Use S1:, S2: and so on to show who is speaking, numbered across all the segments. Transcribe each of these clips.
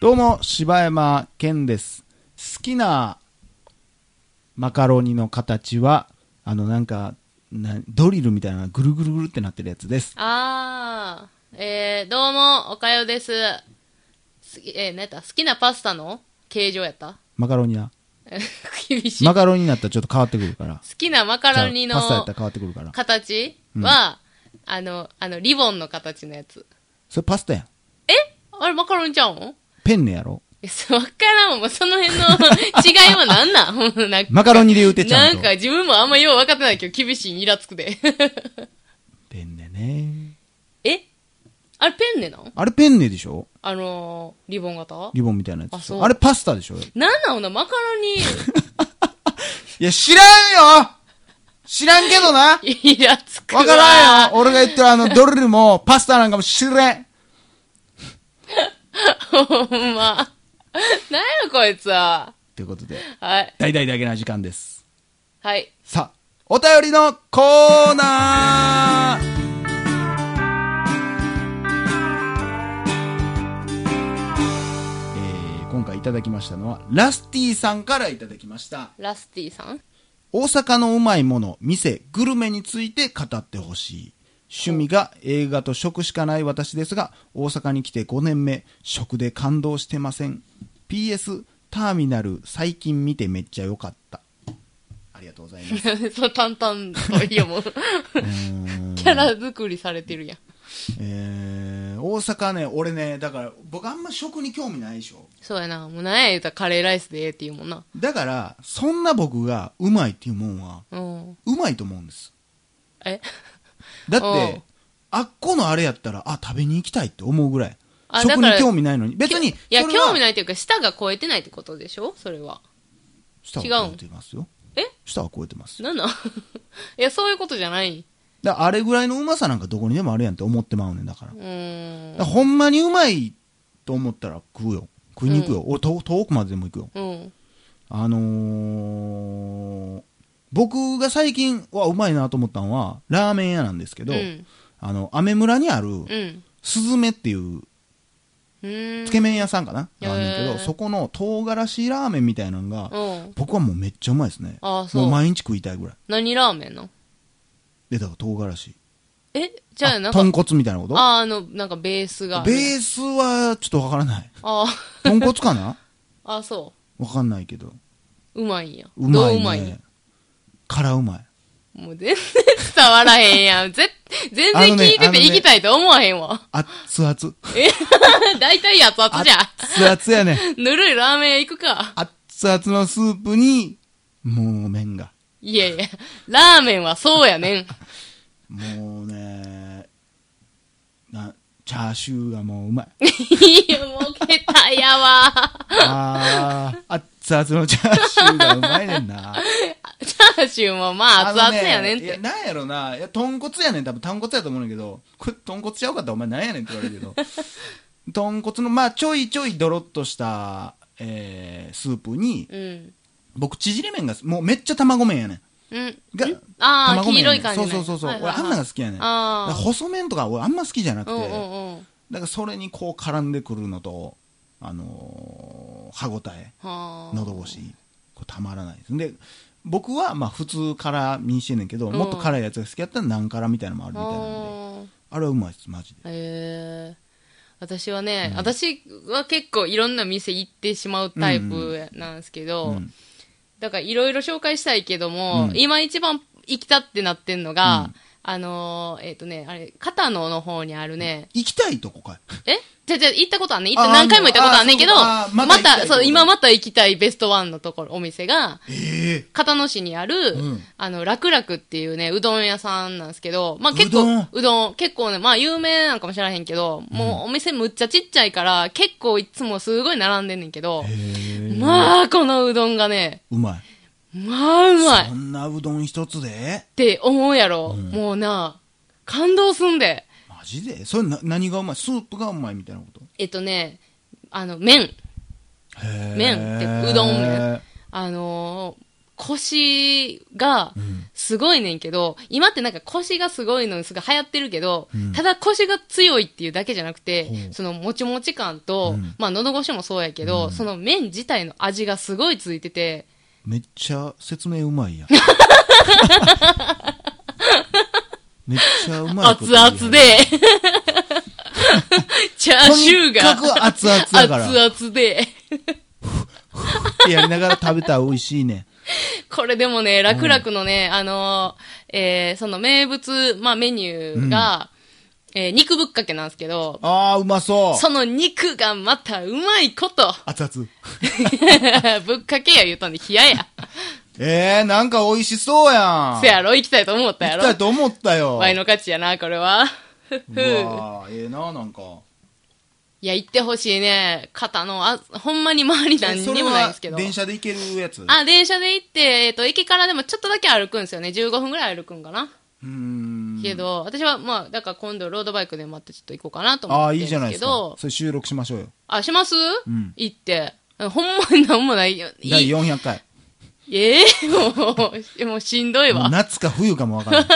S1: どうも、柴山健です。好きなマカロニの形は、あの、なんか、なドリルみたいなぐるぐるぐるってなってるやつです。
S2: あー、えー、どうも、おかよです。すきえー、何やった好きなパスタの形状やった
S1: マカロニな。
S2: え厳しい。
S1: マ
S2: 好
S1: カロニになったらちょっと変わってくるから。
S2: きなマカロニの
S1: パスタやったら変わってくるから。
S2: 形は、あの、あの、リボンの形のやつ。
S1: それパスタやん。
S2: えあれマカロニちゃうん
S1: ペンネやろ
S2: え、そうわからんわ。もうそ の辺の違いは何なんほんとなんか
S1: マカロニで言うてちゃんと
S2: なんか自分もあんまよう分かってないけど、厳しいにイラつくで。
S1: ペンネね。
S2: えあれペンネなん
S1: あれペンネでしょ
S2: あのー、リボン型
S1: リボンみたいなやつでしょ
S2: あそう
S1: あれパスタでしょい
S2: なんなんほな、マカロニ。
S1: や、知らんよ知らんけどな
S2: イラつくわ。
S1: わからんよ俺が言ってるあのドリルもパスタなんかも知れん
S2: ほんま。なんやこいつは。
S1: ということで、
S2: はい。
S1: 大々だけな時間です。
S2: はい。
S1: さあ、お便りのコーナーえー今回いただきましたのは、ラスティさんからいただきました。
S2: ラスティさん
S1: 大阪のうまいもの、店、グルメについて語ってほしい。趣味が映画と食しかない私ですが、大阪に来て5年目、食で感動してません。PS、ターミナル、最近見てめっちゃ良かった。ありがとうございます。
S2: そう、淡々と、いやもう、キャラ作りされてるやん。
S1: えー、大阪ね、俺ね、だから、僕あんま食に興味ないでしょ。
S2: そうやな。もうなんや言うたらカレーライスでええって言うもんな。
S1: だから、そんな僕がうまいっていうもんは、
S2: うん。
S1: うまいと思うんです。
S2: え
S1: だっ
S2: うん
S1: て、あっこのあれやったら、あ、食べに行きたいって思うぐらい。
S2: あ
S1: 食
S2: だか
S1: に
S2: ら
S1: 興味ないのに。別に、
S2: いや、
S1: それは
S2: 興味ないっていうか、舌が超えてないってことでしょそれは。
S1: 舌
S2: 違
S1: は
S2: うん
S1: 超えてますよ。
S2: え
S1: 舌は超えてますよ。
S2: なんなん いや、そういうことじゃない。
S1: だからあれぐらいのうまさなんかどこにでもあるやんって思ってまうねんだから。
S2: う
S1: だか
S2: ーん。
S1: らほんまにうまいと思ったら食うよ。食いに行くよ。俺と遠くまででも行くよ。
S2: うん。
S1: あのー、僕が最近はうまいなと思ったのは、ラーメン屋なんですけど、
S2: うん。
S1: あの、アメ村にある、
S2: うん。
S1: スズメっていう、
S2: うーん。
S1: つけ麺屋さんかな、
S2: うん
S1: があんねんけど、
S2: へー
S1: そこの唐辛子ラーメンみたいなのが、
S2: うん。
S1: 僕はもうめっちゃうまいですね。
S2: ああ、そ
S1: もう
S2: う。
S1: 毎日食いたいぐらい。
S2: 何ラーメンの
S1: で、だから唐辛子。
S2: えじゃあ、なんか
S1: 豚、骨みたいなこと
S2: あー、あの、なんかベースがある。
S1: ベースはちょっとわからない。
S2: あー
S1: 豚骨か な
S2: あ、そ
S1: わかんないけど。
S2: う。うまいんや。
S1: うまい、
S2: どう
S1: ね。
S2: うまいんや。
S1: 辛うまい。
S2: もう全然伝わらへんやん。ぜ、全然聞い
S1: あ
S2: て
S1: の
S2: て
S1: ね
S2: 行きたいと思わへんわ。
S1: 熱々。
S2: 大体やつあつじゃん。
S1: 熱々やね。
S2: ぬるいラーメン屋行くか。
S1: 熱々のスープに、もう麺が。
S2: いやいや、ラーメンはそうやねん。
S1: もうね、な、チャーシューがもううまい。
S2: いや、もう桁やわ。
S1: あー、熱々のチャーシューがうまいねんな。
S2: チャーシューもま あ熱々やねん
S1: あ
S2: っ
S1: のいや
S2: て。
S1: なんやろな。いや、豚骨やねん。多分豚骨やと思うねんだけど、これ豚骨ちゃうかったらお前なんやねんって言われるけ ど、豚骨の、まあちょいちょいドロッとした、えー、スープに、
S2: うん。
S1: 僕、縮れ麺が、もうめっちゃ卵麺やねん。
S2: うん。
S1: が
S2: ああ、
S1: 卵
S2: 黄
S1: 麺や
S2: 色
S1: ね
S2: い
S1: ん
S2: 感じ
S1: そ
S2: ね。
S1: うそうそうそう、
S2: はいはいはい
S1: 俺あんなんが好きやねんだ
S2: あ
S1: から
S2: ー
S1: 細麺とか俺あんま好きじゃなくて、
S2: うんうんうん。
S1: だからそれにこう絡んでくるのとあのー歯ごたえ
S2: はー
S1: 喉越しこれたまらないですで僕はまあ普通辛みにしてんねんけど、
S2: うん
S1: もっと辛いやつが好きやったら何辛みたいなのもあるみたいなんで
S2: はー
S1: あれはうまいですマジで
S2: へえ私はね、私は結構いろんな店行ってしまうタイプなんですけど、
S1: うん
S2: だからいろいろ紹介したいけども、
S1: うん
S2: 今一番行きたってなってんのが、
S1: うん
S2: あのーえっ、とね、あれ、片野の方にあるね、
S1: 行きたいとこかい
S2: えじゃじゃ行ったことはね、行った
S1: あ
S2: 何回も行ったことはねんけど、
S1: あそうかあ
S2: ま
S1: また行きたい
S2: た、そう、今また行きたいベストワンのところ、お店が、
S1: ええ
S2: 片野市にある、
S1: うん
S2: あの、楽々っていうね、うどん屋さんなんですけど、まあ結
S1: うど
S2: 構、
S1: ん
S2: うどん、結構ね、まあ有名なんかもしれへんけど、もうお店むっちゃちっちゃいから、結構いつもすごい並んでんねんけど、
S1: へえ
S2: まあこのうどんがね、
S1: うまい
S2: まあうまいっ
S1: そんなうどん一つで
S2: て思うやろ。
S1: うん
S2: もうな、感動すんで。
S1: マジでそれな何がうまいスープがうまいみたいなこと
S2: えっとね、あの、麺。
S1: へえ
S2: 麺ってうどん麺あのー腰がすごいねんけど、今ってなんか腰がすごいのすごい流行ってるけど、
S1: うん
S2: ただ腰が強いっていうだけじゃなくて
S1: ほう、
S2: そのもちもち感と、
S1: うん
S2: まあ喉越しもそうやけど、その麺自体の味がすごいついてて、
S1: めっちゃ説明うま いやん。めっちゃうまいこと
S2: 熱
S1: 言うやん。
S2: 々で、チャーシューが
S1: とにかく熱々だから
S2: 熱々で、
S1: ってやりながら食べたら美味しいね。
S2: これでもね、楽々のね、あのー、えーその名物、まあメニューが、えー肉ぶっかけなんですけど、
S1: ああ、うまそう。
S2: その肉がまたうまいこと。
S1: 熱々。
S2: ぶっかけや言うたんで、冷やや。
S1: ええー、なんか美味しそうやん。
S2: せやろ行きたいと思ったや
S1: 行きたい
S2: ろ
S1: と思ったよ。
S2: ワイの勝ちやな、これは。ふ
S1: う
S2: ふい
S1: わーええな、なんか。
S2: や、行ってほしいね。肩の、あ、ほんまに周り何にもないんですけど
S1: それは。電車で行けるやつ。
S2: あ、電車で行って、えっと、駅からでもちょっとだけ歩くんですよね。15分ぐらい歩くんかな。
S1: うーん。
S2: けど、私は、まあ、だから今度ロードバイクで待ってちょっと行こうかなと思
S1: あ
S2: っ
S1: あ、
S2: て
S1: い
S2: る
S1: い
S2: ん
S1: じゃない
S2: です
S1: で
S2: け
S1: すか
S2: ど。。
S1: それ収録しましょうよ。
S2: あ、します
S1: ん
S2: 行って。ほんまになんもないよ。い
S1: 第400回。
S2: ええもう、もうしんどいわ。
S1: 夏か冬かもわからな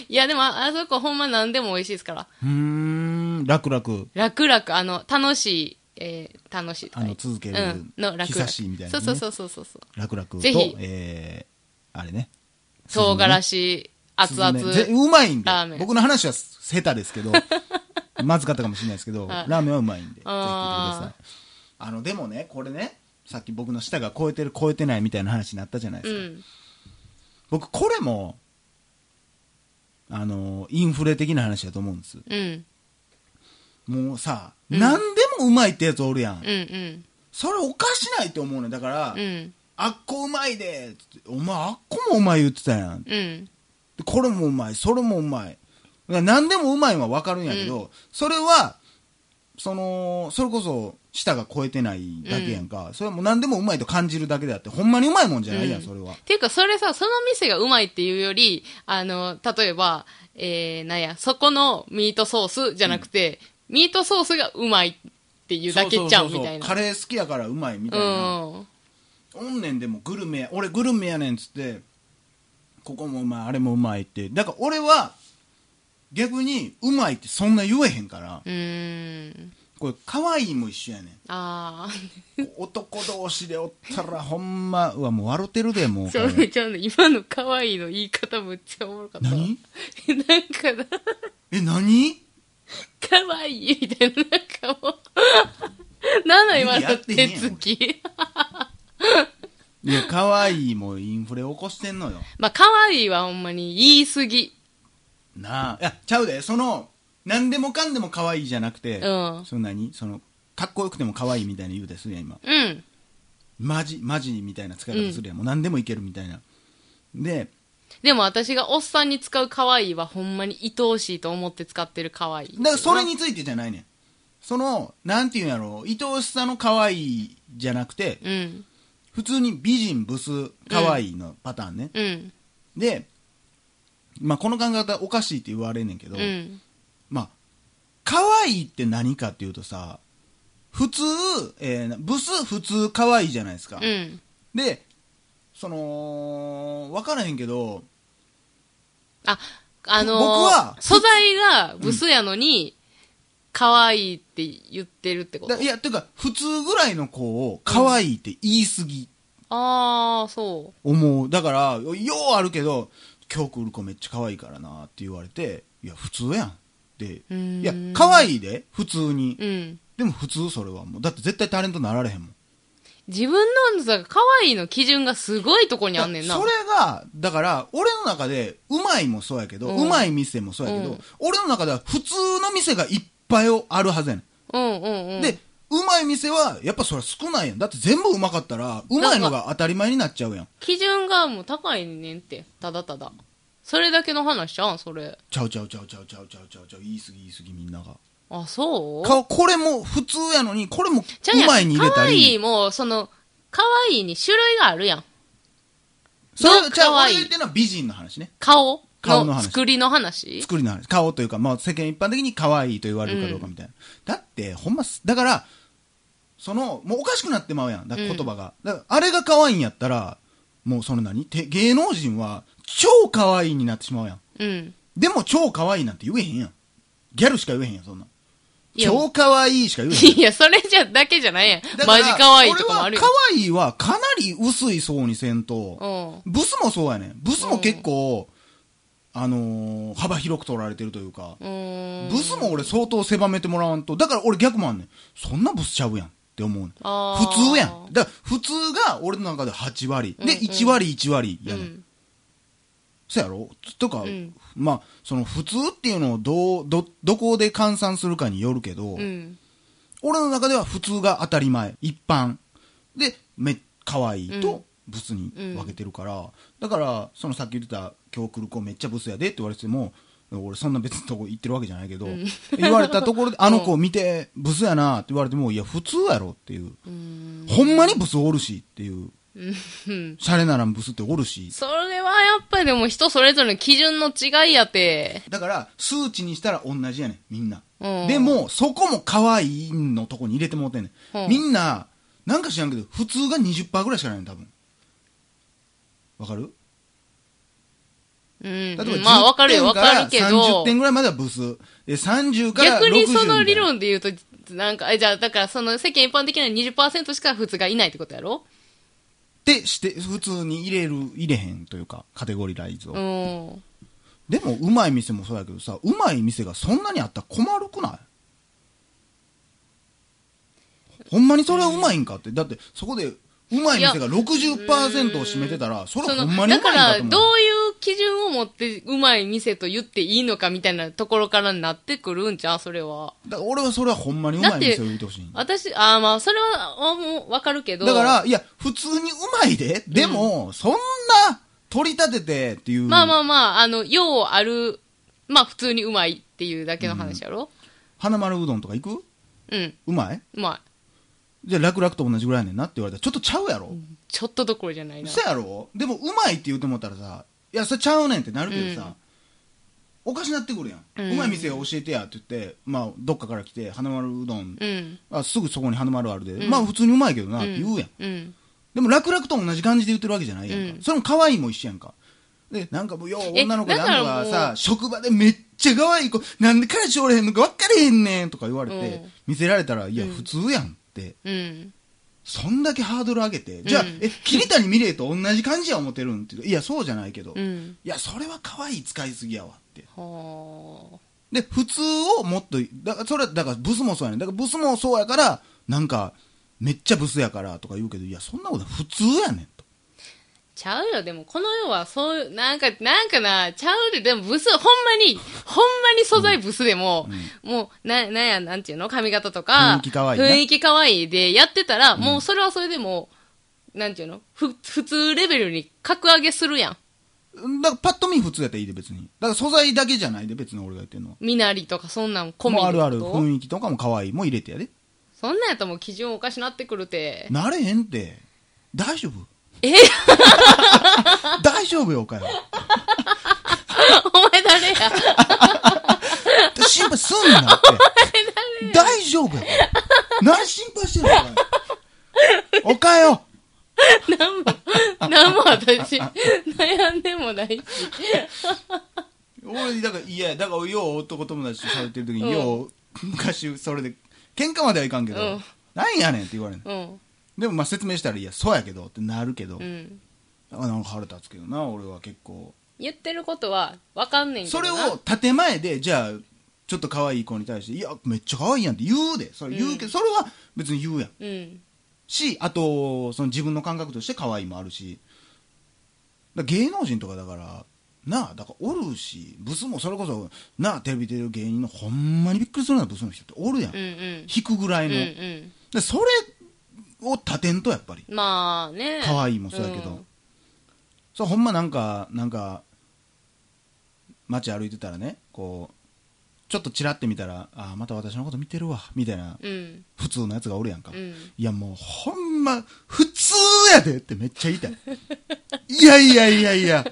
S1: い。
S2: いや、でも、ああそこほんま何でも美味しいですから。
S1: うーん、楽々。
S2: 楽々、あの、楽しい、えー楽しいとか。
S1: あの続ける
S2: うん、の楽々。
S1: 久しいみたいなね
S2: そうそうそうそうそう。
S1: 楽々と、
S2: ぜひ
S1: えー、あれね。
S2: 唐辛子、熱
S1: す
S2: 々。
S1: ずめぜうまいんで
S2: ラーメ。ン
S1: 僕の話は下手ですけ ど、まずかったかもしれないですけど、
S2: はい
S1: ラーメンはうまいんで、ぜひ聞いてくださ
S2: あ
S1: い。あの、でもね、これね、さっき僕の舌が超えてる超えてないみたいな話になったじゃないで
S2: う
S1: すか。
S2: ん。
S1: 僕、これも、あの、インフレ的な話だと思うんです。
S2: うん。
S1: もうさ、何でもうまいってやつおるやん。
S2: うん。うん。
S1: それおかしないと思うねんだから、
S2: うん。
S1: あっこうまいでつってお前あっこもうまい言ってたやん
S2: うん。
S1: でこれもうまいそれもうまいだから何でもうまいのは分かるんやけど、それはそのそれこそ舌が超えてないだけやんか、それはもう何でもうまいと感じるだけであってほんまにうまいもんじゃないやん、
S2: うん
S1: それは
S2: っていうか、それさ、その店がうまいっていうより、あの、例えば、えー、なんや、そこのミートソースじゃなくて、ミートソースがうまいっていうだけちゃう
S1: そそ
S2: み
S1: そ
S2: たいな。
S1: カレー好きやからうまいみたいな、
S2: うん。
S1: おんねんでもグルメや俺グルメやねんっつってここもうまいあれもうまいってだから俺は逆にうまいってそんな言えへんから
S2: うーん。
S1: これ可愛いも一緒やねん
S2: ああ。
S1: 男同士でおったらほんまうわもう笑ってるでもう
S2: ちゃうね、ちゃうね。今の可愛いの言い方むっちゃおもろかった。
S1: 何
S2: なんかな、
S1: え何
S2: 可愛いみたいな、なんかもう。なんなん今
S1: いやや
S2: の
S1: ってへ
S2: 手
S1: んやん
S2: つき。
S1: いや可愛いもインフレ起こしてんのよ
S2: まあ、可愛いはほんまに言い過ぎ。
S1: なあいやちゃうでその何でもかんでも可愛いじゃなくて、
S2: うん
S1: その何そのかっこよくても可愛いみたいな言うでするやん今
S2: うん。
S1: マジマジみたいな使い方するやん、もう何でもいけるみたいなで
S2: でも私がおっさんに使う可愛いはほんまに愛おしいと思って使ってる可愛い。
S1: だからそれについてじゃないねんそのなんていうんやろう愛おしさの可愛いじゃなくて
S2: うん。
S1: 普通に美人ブス可愛いのパターンね、
S2: うん。
S1: で、まあ、この考え方おかしいって言われんねんけど、
S2: うん。
S1: まあ可愛いって何かっていうとさ普通、えーブス普通可愛いじゃないですか、
S2: うん。
S1: でその分からへんけど
S2: あ、あのー
S1: 僕は
S2: 素材がブスやのに、可愛いって言ってるってこと
S1: だいやていうか普通ぐらいの子を可愛いって言い過ぎ
S2: ああ、そう。
S1: 思うだからようあるけど今日来る子めっちゃ可愛いからなって言われていや普通やんって
S2: うーん
S1: いや可愛いで普通に、
S2: うん。
S1: でも普通それはもうだって絶対タレントなられへんもん
S2: 自分のさ、可愛いの基準がすごいとこにあんねんな。
S1: それがだから俺の中でうまいもそうやけど、
S2: う
S1: うんまい店もそうやけど、
S2: うん
S1: 俺の中では普通の店がいっぱいあるはずやね、
S2: うんうんうんん。
S1: でうまい店はやっぱそれは少ないやんだって全部うまかったらうまいのが当たり前になっちゃうやん
S2: 基準がもう高いねんって。ただただ。それだけの話じゃうん、それ。
S1: ちゃうちゃうちゃうちゃうちゃうちゃうちゃうちゃう言い過ぎ言い過ぎみんなが
S2: あ、そう
S1: 顔これも普通やのにこれもう
S2: じゃあや
S1: まいに入れた
S2: 可愛い
S1: り
S2: も、その、可愛いに種類があるやん。
S1: それ
S2: どう
S1: じゃ
S2: 可
S1: あ俺
S2: 愛い
S1: が言ってるのは美人の話ね
S2: 顔
S1: 顔の
S2: の
S1: 話
S2: 作りの話
S1: 作りの話顔というか、まあ、世間一般的に可愛いと言われるかどうかみたいな、だってほんますだからそのもうおかしくなってまうやんだから言葉が、だからあれが可愛いんやったらもうその何て芸能人は超可愛いになってしまうやん。
S2: うん。
S1: でも超可愛いなんて言えへんやん。ギャルしか言えへんやん、そんなん。
S2: いや
S1: 超可愛いしか言えへんやん。
S2: いや、それじゃ、だけじゃないやん。
S1: だ
S2: マ
S1: ら
S2: ジ可愛いとかもあるよ
S1: 俺は。可愛いはかなり薄い層にせん
S2: う
S1: と、
S2: ん。
S1: ブスもそうやねん。ブスも結構、あのー幅広く取られてるというか、
S2: うーん。
S1: ブスも俺相当狭めてもらわんと、だから俺逆もあんねん。そんなブスちゃうやんって思うねん。
S2: あー
S1: 普通やん。だから普通が俺の中で8割。
S2: うんう
S1: で、
S2: ん
S1: 1割1割
S2: う
S1: やねん。
S2: ん。
S1: そやろとか、
S2: うん
S1: まあ、その普通っていうのをどう、ど、どこで換算するかによるけど、
S2: うん。
S1: 俺の中では普通が当たり前、一般。で、め、可愛いと、ブスに分けてるから、だから、そのさっき言ってた、今日来る子めっちゃブスやでって言われても、俺そんな別のとこ行ってるわけじゃないけど、
S2: ん
S1: 言われたと ころで、あの子見て、ブスやなって言われても、いや、普通やろっていう。
S2: うーん。
S1: ほんまにブスおるしっていう。
S2: うん。
S1: シャレならんブスっておるし。
S2: それはやっぱりでも人それぞれの基準の違いやて。
S1: だから、数値にしたら同じやねん、みんな。
S2: うん
S1: でも、そこも可愛いのとこに入れてもうてんねん。
S2: うん
S1: みんな、なんか知らんけど、普通が20%ぐらいしかないねん、多分。わかる
S2: うん
S1: 例えば、10。
S2: まあ、わかるよ、わ
S1: 点ら
S2: かるけ
S1: 30
S2: ど。
S1: 点ぐらいまではブス。で、30から60
S2: 逆にそ
S1: みたいな
S2: の理論で言うと、なんか、えじゃあ、だからその世間一般的には20%しか普通がいないってことやろ
S1: ってして、普通に入れる、入れへんというか、カテゴリーライズを。
S2: うん。
S1: でも、うまい店もそうやけどさ、うまい店がそんなにあったら困るくないほんまにそれはうまいんかって。だって、そこで、うまい店が60%を占めてたら、それ
S2: そ
S1: はほ
S2: の
S1: んまにうま
S2: だか
S1: いんだと
S2: ら、ど
S1: 思
S2: う
S1: う。
S2: いう基準を持って、うまい店と言っていいのかみたいなところからなってくるんじゃん、それは。
S1: だから俺はそれはほんまにうまい店を言ってほしい。
S2: 私、ああ、まあ、それは、あもう、わかるけど。
S1: だか、ら、いや、普通にうまいで、でも、そんな、取り立ててっていう。
S2: まあまあまあ、あの、ようある、まあ、普通にうまいっていうだけの話やろ
S1: 花丸うどんとか行く
S2: うん、
S1: うまいう
S2: ま
S1: じゃあ、楽々と同じぐらいやねんなって言われたら、ちょっとちゃうやろ。
S2: い。ちょっとどころじゃないな。
S1: そやろでもうまいって言うてもったらさいやそれちゃうねんってなるけどさ、おかしなってくるやん、う
S2: うん
S1: まい店教えてやって言って、まあ、どっかから来て花丸うどん、
S2: うん。
S1: あすぐそこに花丸あるで、
S2: うん
S1: まあ普通にうまいけどな
S2: う
S1: って
S2: ん。
S1: 言うやん、
S2: うん。
S1: でも楽々と同じ感じで言ってるわけじゃないやんか、
S2: うん
S1: それも可愛いも一緒やんかでなんかもうよう
S2: え
S1: 女の子で
S2: だ
S1: あ
S2: から
S1: んたが
S2: も
S1: さ
S2: う
S1: 職場でめっちゃ可愛い子なんで彼氏おれへんのか分かれへんねんとか言われて、
S2: うん
S1: 見せられたらいや
S2: うん
S1: 普通やんって、
S2: うん。
S1: そんだけハードル上げて、じゃあ、
S2: うん
S1: え、桐谷美玲と同じ感じや思ってるんって言うといや、そうじゃないけど、
S2: う
S1: い
S2: ん。
S1: や、それは可愛い使いすぎやわって。
S2: は
S1: で、普通をもっと、だから、それは、だから、ブスもそうやねんだから、ブスもそうやから、なんか、めっちゃブスやからとか言うけど、いや、そんなこと普通やねんと。
S2: あ。ちゃうよ、でも、この世は、そういう、なんか、なんかな、ちゃうで、でも、ブス、ほんまに、ほんまに素材ブスでも、もう、な、なんや、なんていうの髪型とか、
S1: 雰囲気可愛いな
S2: 雰囲気可愛いで、やってたら、もう、それはそれでもう、なんていうのふ、普通レベルに格上げするやん。
S1: だから、パッと見普通やったらいいで、別に。だから、素材だけじゃないで、別に俺が言ってるのは。
S2: 身なりとか、そんなん込み
S1: もうあ
S2: で
S1: るある、
S2: こと
S1: 雰囲気とかも可愛いも入れてやで。
S2: そんなんやったらもう基準おかしなってくるて。
S1: なれへんって。大 丈夫
S2: え
S1: 大丈夫よ、おかよ。
S2: お前誰や
S1: 心配すんなって。大丈夫やから。何心配してんのおかよ。おかよ。
S2: 何も、何も私、悩んでもないし。
S1: 俺、だから、いや、だから、よう男友達と喋ってる時に、
S2: うん
S1: よう、昔、それで、喧嘩まではいかんけ
S2: う
S1: ど
S2: ん、
S1: なんやねんって言われる。
S2: うん。
S1: でも、まあ、説明したら、いや、そうやけどってなるけど
S2: う、ん。
S1: あなんか腹立つけどな、俺は結構。
S2: 言ってることは分かんねんけど
S1: それ
S2: な。
S1: を、建前で、じゃあ、ちょっと可愛い子に対して、いや、めっちゃ可愛いやんって言うで。それ言うけど、それは別に言うやん。
S2: うん。
S1: し、あと、その自分の感覚として可愛いもあるし、だから芸能人とかだから、なあ、だからおるし、ブスもそれこそ、なあ、テレビ出てる芸人のほんまにびっくりするようなブスの人っておるやん。
S2: うんうん。
S1: 引くぐら
S2: う
S1: い
S2: ん
S1: の。
S2: うん。
S1: でそれを立てんと、やっぱり。
S2: まあね。
S1: 可愛いもそうやけど。そう、ほんまなんか、なんか、街歩いてたらね、こう、ちょっとチラって見たら、ああ、また私のこと見てるわ、みたいな、
S2: うん。うん。
S1: 普通のやつがおるやんか。
S2: うん。
S1: いやもうほんま、普通やでってめっちゃ言いたい。 いやいやいやいや、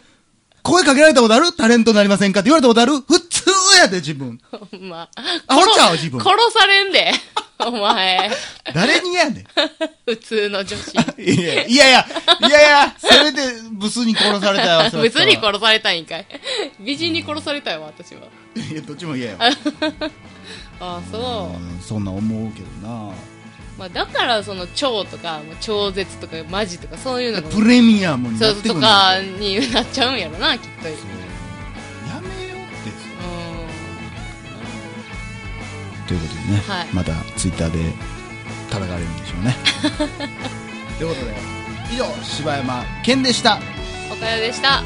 S1: 声かけられたことあるタレントになりませんかって言われたことある普通やで自分。
S2: ほんま。
S1: アホちゃう
S2: 殺
S1: 自分
S2: 殺されんで。お前、
S1: 誰にやねん。
S2: 普通の女子。
S1: いやいや、いやいや、いやいや、せめてブスに殺されたよ。それやっ
S2: 別
S1: たら
S2: に殺されたいんかい。美人に殺されたいわ、私は。
S1: いや、どっちも嫌やわ。
S2: ああ、そう。
S1: うんそんな思うけどな。
S2: まあ、だからその超とかもう超絶とかマジとかそういうのが
S1: プレミアムに
S2: そ
S1: な
S2: う
S1: ってく
S2: と
S1: るんだ
S2: かになっちゃうんやろなきっ
S1: そ
S2: とう
S1: うやめようって。
S2: ん
S1: ということでね、
S2: はい
S1: またツイッターで叩かれるんでしょう ね。ということで、以上、柴山健でした。
S2: おかよでした